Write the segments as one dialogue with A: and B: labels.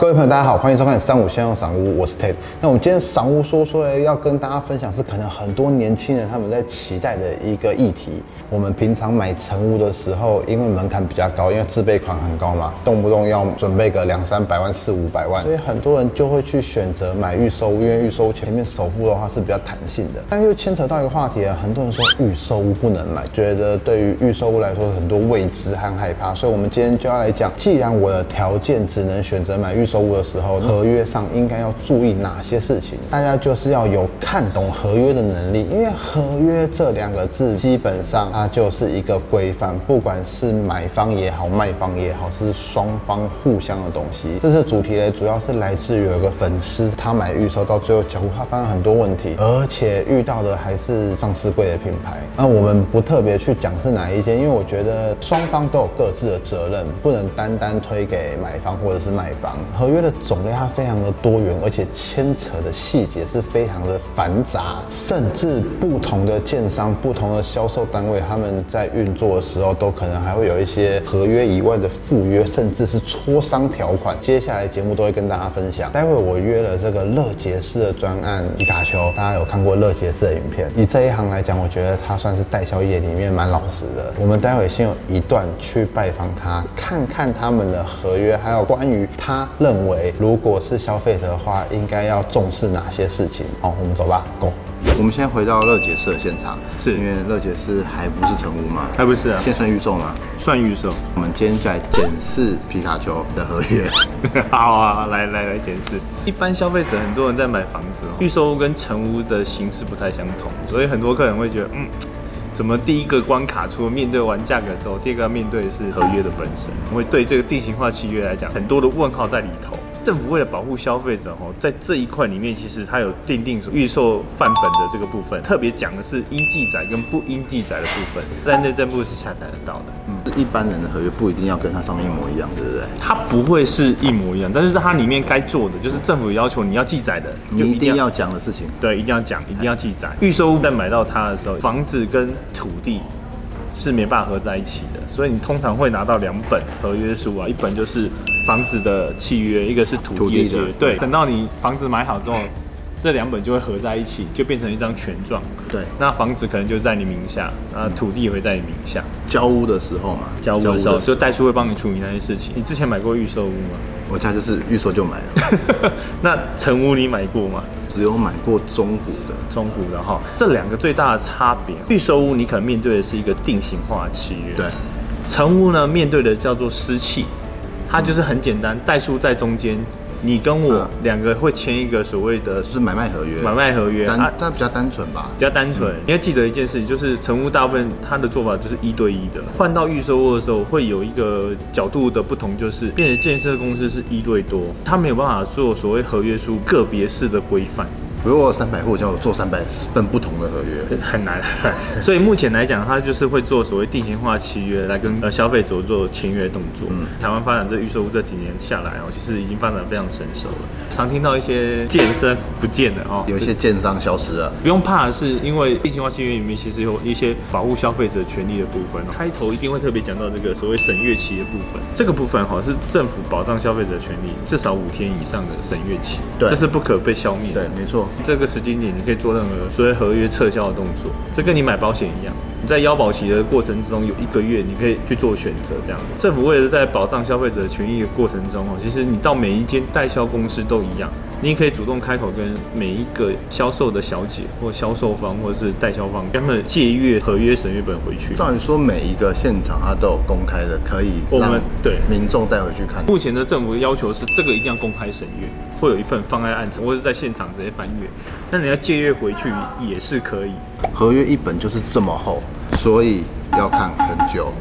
A: 各位朋友，大家好，欢迎收看《三五先用赏屋》，我是 Ted。那我们今天赏屋说说呢，要跟大家分享是可能很多年轻人他们在期待的一个议题。我们平常买成屋的时候，因为门槛比较高，因为自备款很高嘛，动不动要准备个两三百万、四五百万，所以很多人就会去选择买预售屋，因为预售屋前面首付的话是比较弹性的。但又牵扯到一个话题啊，很多人说预售屋不能买，觉得对于预售屋来说很多未知和害怕，所以我们今天就要来讲，既然我的条件只能选择买预售屋的时候，合约上应该要注意哪些事情？大家就是要有看懂合约的能力，因为合约这两个字基本上它就是一个规范，不管是买方也好，卖方也好，是双方互相的东西。这次主题呢，主要是来自于有一个粉丝，他买预售到最后缴付，他发现很多问题，而且遇到的还是上市贵的品牌。那我们不特别去讲是哪一间，因为我觉得双方都有各自的责任，不能单单推给买方或者是卖方。合约的种类它非常的多元，而且牵扯的细节是非常的繁杂，甚至不同的建商、不同的销售单位，他们在运作的时候，都可能还会有一些合约以外的附约，甚至是磋商条款。接下来节目都会跟大家分享。待会我约了这个乐杰斯的专案皮卡丘，大家有看过乐杰斯的影片？以这一行来讲，我觉得他算是代销业里面蛮老实的。我们待会先有一段去拜访他，看看他们的合约，还有关于他认为如果是消费者的话，应该要重视哪些事情。好，我们走吧，Go。
B: 我们先回到乐杰斯的现场，
C: 是
B: 因为乐杰斯还不是成屋嘛，
C: 还不是啊，
B: 现算预售嘛。
C: 算预售。
B: 我们今天就来检视皮卡丘的合约。
C: 好啊，来来来检视。一般消费者很多人在买房子、哦，预售屋跟成屋的形式不太相同，所以很多客人会觉得，嗯，怎么第一个关卡除了面对完价格之后，第二个要面对的是合约的本身，因为对这个地形化契约来讲，很多的问号在里头。政府为了保护消费者哦，在这一块里面，其实它有定定预售范本的这个部分，特别讲的是应记载跟不应记载的部分，在内政部是下载得到的。
B: 一般人的合约不一定要跟它上面一模一样，对不对？
C: 它不会是一模一样，但是它里面该做的就是政府要求你要记载的，
B: 你一定要讲的事情。
C: 对，一定要讲，一定要记载。预售屋在买到它的时候，房子跟土地是没办法合在一起的，所以你通常会拿到两本合约书啊，一本就是房子的契约，一个是土
B: 土地
C: 地的契
B: 的
C: 约。对，等到你房子买好之后，这两本就会合在一起，就变成一张权状。
B: 对，
C: 那房子可能就在你名下，那土地也会在你名下。
B: 交屋的时候嘛，
C: 嗯交屋的时
B: 交
C: 候，就代书会帮你处理那些事情。你之前买过预售屋吗？
B: 我家就是预售就买 了，
C: 那成屋你买过吗？
B: 只有买过中古的。
C: 中古的哈，这两个最大的差别，预售屋你可能面对的是一个定型化契约，
B: 对，
C: 成屋呢面对的叫做私契，它就是很简单，代书在中间，你跟我
B: 嗯
C: 两个会签一个所谓
B: 就
C: 的
B: 是买卖合约。
C: 买卖合约啊
B: 单，，嗯但比较单纯吧。
C: 比较单纯。你要记得一件事情，就是成屋大部分它的做法就是一对一的，换到预售屋的时候会有一个角度的不同，就是变成建设公司是一对多，它没有办法做所谓合约书个别式的规范。
B: 比如我有三百户，就要做三百份不同的合约。
C: 很难。所以目前来讲，它就是会做所谓定型化契约来跟呃消费者做签约动作。
B: 嗯
C: 台湾发展这预售屋这几年下来哦，其实已经发展得非常成熟了。常听到一些健身不见了哦，
B: 有一些建商消失了，
C: 不用怕的是，因为定型化契约里面其实有一些保护消费者权利的部分、哦，开头一定会特别讲到这个所谓审阅期的部分。这个部分哈、是政府保障消费者权利至少五天以上的审阅期，
B: 对
C: 这是不可被消灭的
B: 对，。没错，
C: 这个时间点，你可以做任何所谓合约撤销的动作，这跟你买保险一样。你在腰保期的过程之中，有一个月你可以去做选择，这样。政府为了在保障消费者的权益的过程中哦，其实你到每一间代销公司都一样，你也可以主动开口跟每一个销售的小姐或销售方或者是代销方，跟他们借阅合约审阅本回去。
B: 照理说每一个现场它都有公开的，可以
C: 我们
B: 让
C: 对
B: 民众带回去看。
C: 目前的政府要求是这个一定要公开审阅，会有一份放在案层或者是在现场直接翻阅。那你要借阅回去也是可以。
B: 合约一本就是这么厚，所以要看很久。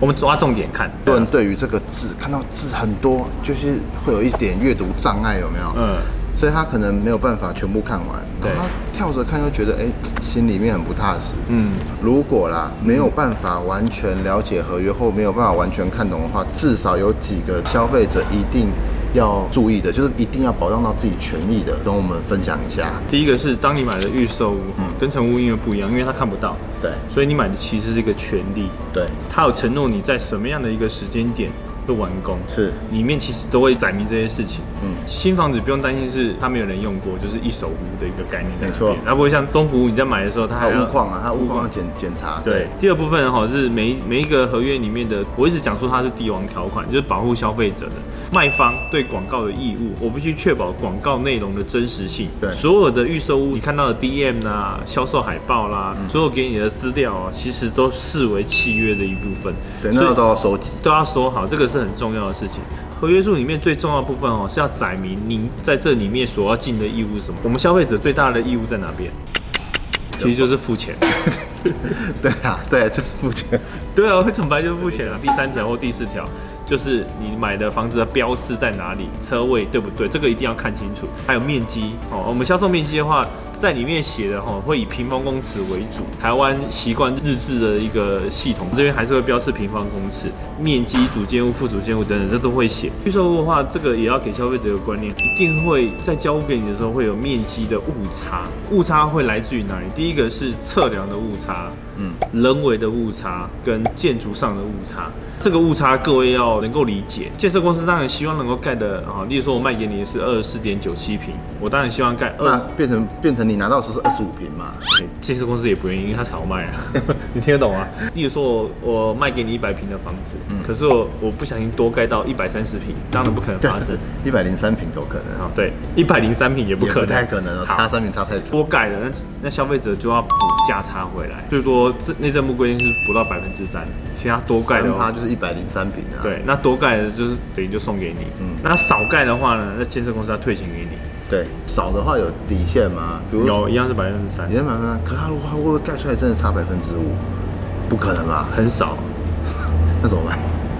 C: 我们抓重点看。
B: 很多人对于这个字看到字很多，就是会有一点阅读障碍，有没有？
C: 嗯，
B: 所以他可能没有办法全部看完，
C: 对
B: 然后他跳着看又觉得哎、心里面很不踏实。
C: 嗯，
B: 如果啦没有办法完全了解合约或没有办法完全看懂的话，至少有几个消费者一定要注意的，就是一定要保障到自己权益的，跟我们分享一下。
C: 第一个是当你买的预售屋，
B: 嗯
C: 跟成屋因为不一样，因为它看不到，
B: 对
C: 所以你买的其实是一个权利，
B: 对
C: 它有承诺你在什么样的一个时间点的完工，
B: 是
C: 里面其实都会载明这些事情。
B: 嗯
C: 嗯，新房子不用担心是它没有人用过，就是一手屋的一个概念在那边。
B: 没错
C: 它不会像东湖屋你在买的时候，它
B: 还
C: 还
B: 有
C: 要
B: 屋况啊，它屋况要检检查。
C: 对，，第二部分哈是每一每一个合约里面的，我一直讲说它是帝王条款，就是保护消费者的卖方对广告的义务，我必须确保广告内容的真实性。
B: 对
C: 所有的预售屋你看到的 DM 啦、销售海报啦、
B: 嗯
C: 所有给你的资料啊，其实都视为契约的一部分。
B: 对，那
C: 所以
B: 都要收集。
C: 都要说好，这个是很重要的事情。合约书里面最重要的部分哦，是要载明您在这里面所要尽的义务是什么。我们消费者最大的义务在哪边？其实就是付钱。
B: 对啊，对，就是付钱。
C: 对啊，我讲白就是付钱啊。第三条或第四条，就是你买的房子的标示在哪里，车位对不对？这个一定要看清楚。还有面积哦，我们销售面积的话，在里面写的哦，会以平方公尺为主。台湾习惯日制的一个系统，这边还是会标示平方公尺、面积、主建物、附主建物等等，这都会写。预售物的话，这个也要给消费者一个观念，一定会在交屋给你的时候会有面积的误差。误差会来自于哪里？第一个是测量的误差，
B: 嗯，
C: 人为的误差跟建筑上的误差。这个误差各位要能够理解。建设公司当然希望能够盖的啊，例如说我卖给你的是二十四点九七平，我当然希望盖二
B: 那
C: 十。
B: 变成变成你拿到的时候是二十五平嘛？
C: 哎建设公司也不愿意，因为他少卖啊。 你听得懂吗？嗯例如说我我卖给你一百平的房子，可是我我不小心多盖到一百三十平，当然不可能发生。
B: 一百零三平有可能，
C: 啊，对，一百零三平也不
B: 也
C: 可
B: 不
C: 能，
B: 太可能哦，
C: 好
B: 差三平差太多。
C: 多盖了，那那消费者就要补价差回来，最多这内政部规定是补到百分之三，其他多盖的
B: 它
C: 话，
B: 就是一百零三平啊。
C: 对，那多盖的就是等于就送给你，
B: 嗯
C: 那少盖的话呢，那建设公司要退钱给你，
B: 对，少的话有底线吗？比如
C: 有一样是百分之三
B: 你，在买卖，可它如果会不会盖出来真的差百分之五？不可能吧？
C: 很少。
B: 那怎么办？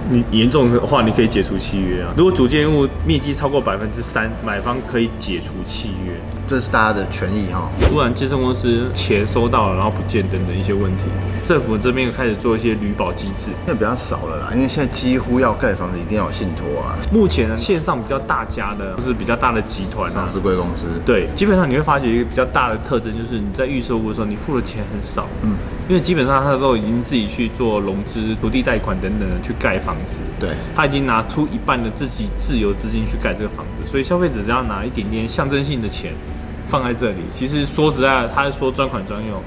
C: 你严重的话，你可以解除契约啊。如果主建物面积超过百分之三，买方可以解除契约。
B: 这是大家的权益哈。
C: 突然，建设公司钱收到了，然后不见等等一些问题，政府这边开始做一些旅保机制，
B: 现在比较少了啦，因为现在几乎要盖房子一定要有信托啊，
C: 目前呢，线上比较大家的，就是比较大的集团
B: 上
C: 啊。
B: 市贵公司。
C: 对，基本上你会发觉一个比较大的特征，就是你在预售屋的时候，你付的钱很少，
B: 嗯
C: 嗯，因为基本上他都已经自己去做融资、土地贷款等等的去盖房子，
B: 对
C: 他已经拿出一半的自己自由资金去盖这个房子，所以消费者只要拿一点点象征性的钱放在这里，其实说实在的，他说专款专用，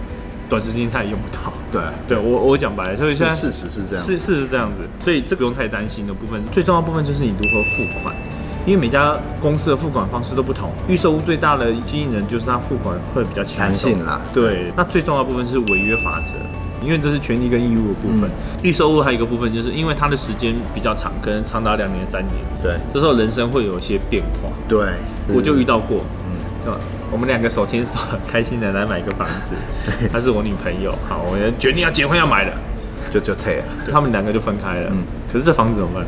C: 短时间他也用不到。
B: 对
C: 对我我讲白了，所以现在
B: 是事实是这样
C: 是是是这样子，所以这不用太担心的部分，最重要的部分就是你如何付款。因为每家公司的付款方式都不同，预售屋最大的吸引人就是它付款会比较轻松
B: 弹性啦
C: 对，那最重要的部分是违约法则，因为这是权利跟义务的部分。
B: 嗯
C: 预售屋还有一个部分就是因为它的时间比较长，可能长达两年三年，
B: 对
C: 这时候人生会有一些变化。
B: 对，
C: 我就遇到过，
B: 嗯
C: 对吧？我们两个手牵手，很开心的来买一个房 子，她是我女朋友，好，我们决定要结婚要买了，
B: 就啊就退了。
C: 他们两个就分开了。
B: 嗯
C: 可是这房子怎么办？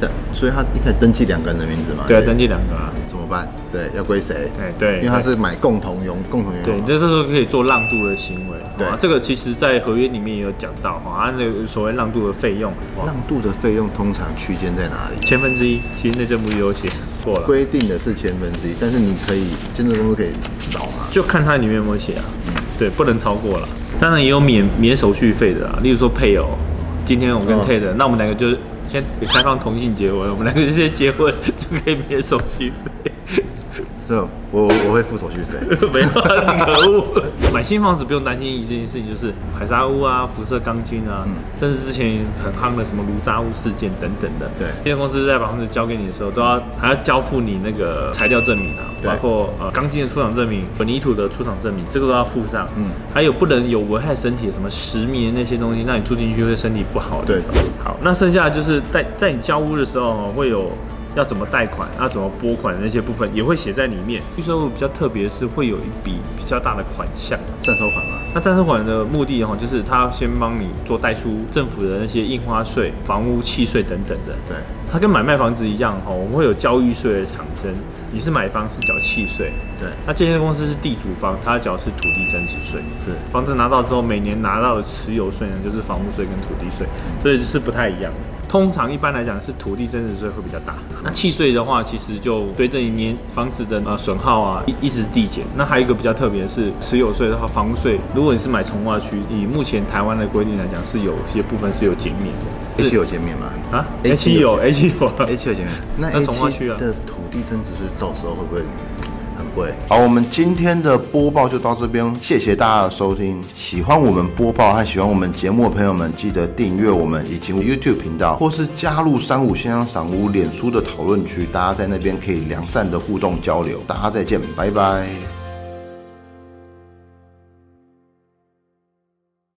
B: 对， 所以他一开始登记两个人的名字嘛。
C: 对啊，登记两个啊，
B: 怎么办？对，要归谁？
C: 哎对
B: 因为他是买共同拥共同拥有
C: 对，
B: 嘛。
C: 这就是可以做让渡的行为。哦啊
B: 对
C: 哇这个其实在合约里面也有讲到哈，啊，那个所谓让渡的费用，哇
B: 让，渡的费用通常区间在哪里？
C: 千分之一，其实内政部也有写过了，
B: 规定的是千分之一，但是你可以建设公司可以少嘛？
C: 就看它里面有没有写啊。对，不能超过了。当然也有免免手续费的啊啦，例如说配偶，今天我跟
B: 嗯
C: Ted，、那我们两个就是先开放同性结婚，我们两个就先结婚就可以免手续费。
B: 这我我会付手续费。
C: 没有，可恶！买新房子不用担心一件事情，就是海沙屋啊、辐射钢筋啊，
B: 嗯
C: 甚至之前很夯的什么炉渣屋事件等等的。
B: 对
C: 建设公司在把房子交给你的时候，都要还要交付你那个材料证明啊，
B: 对
C: 包括呃钢筋的出厂证明、混凝土的出厂证明，这个都要附上。
B: 嗯
C: 嗯，还有不能有危害身体的什么石棉那些东西，让你住进去会身体不好的。
B: 对
C: 好，那剩下的就是在在你交屋的时候哦会有要怎么贷款、要怎么拨款的那些部分也会写在里面。预售物比较特别的是会有一笔比较大的款项，
B: 占收款嘛？
C: 那暂时款的目的哈，哦就是他要先帮你做代出政府的那些印花税、房屋契税等等的。
B: 对，
C: 它跟买卖房子一样哈，我们会有交易税的产生，你是买方是缴契税，
B: 对
C: 那建设公司是地主方，他缴的是土地增值税。
B: 是
C: 房子拿到之后，每年拿到的持有税呢，就是房屋税跟土地税，所以是不太一样的。通常一般来讲是土地增值税会比较大。那契税的话，其实就随着你年房子的呃损耗啊一一直递减。那还有一个比较特别的是持有税的话，房屋税，如果你是买从化区，以目前台湾的规定来讲，是有些部分是有减免的
B: ？A 七有减免吗？
C: 啊。
B: A7
C: A 七有 A 七有
B: A 七有减免，那
C: 那
B: A
C: 从化区
B: 七
C: 啊
B: 的土地增值税到时候会不会很贵？好，我们今天的播报就到这边，谢谢大家的收听。喜欢我们播报和喜欢我们节目的朋友们，记得订阅我们以及 YouTube 频道，或是加入三五先生赏屋脸书的讨论区，大家在那边可以良善的互动交流。大家再见，拜拜。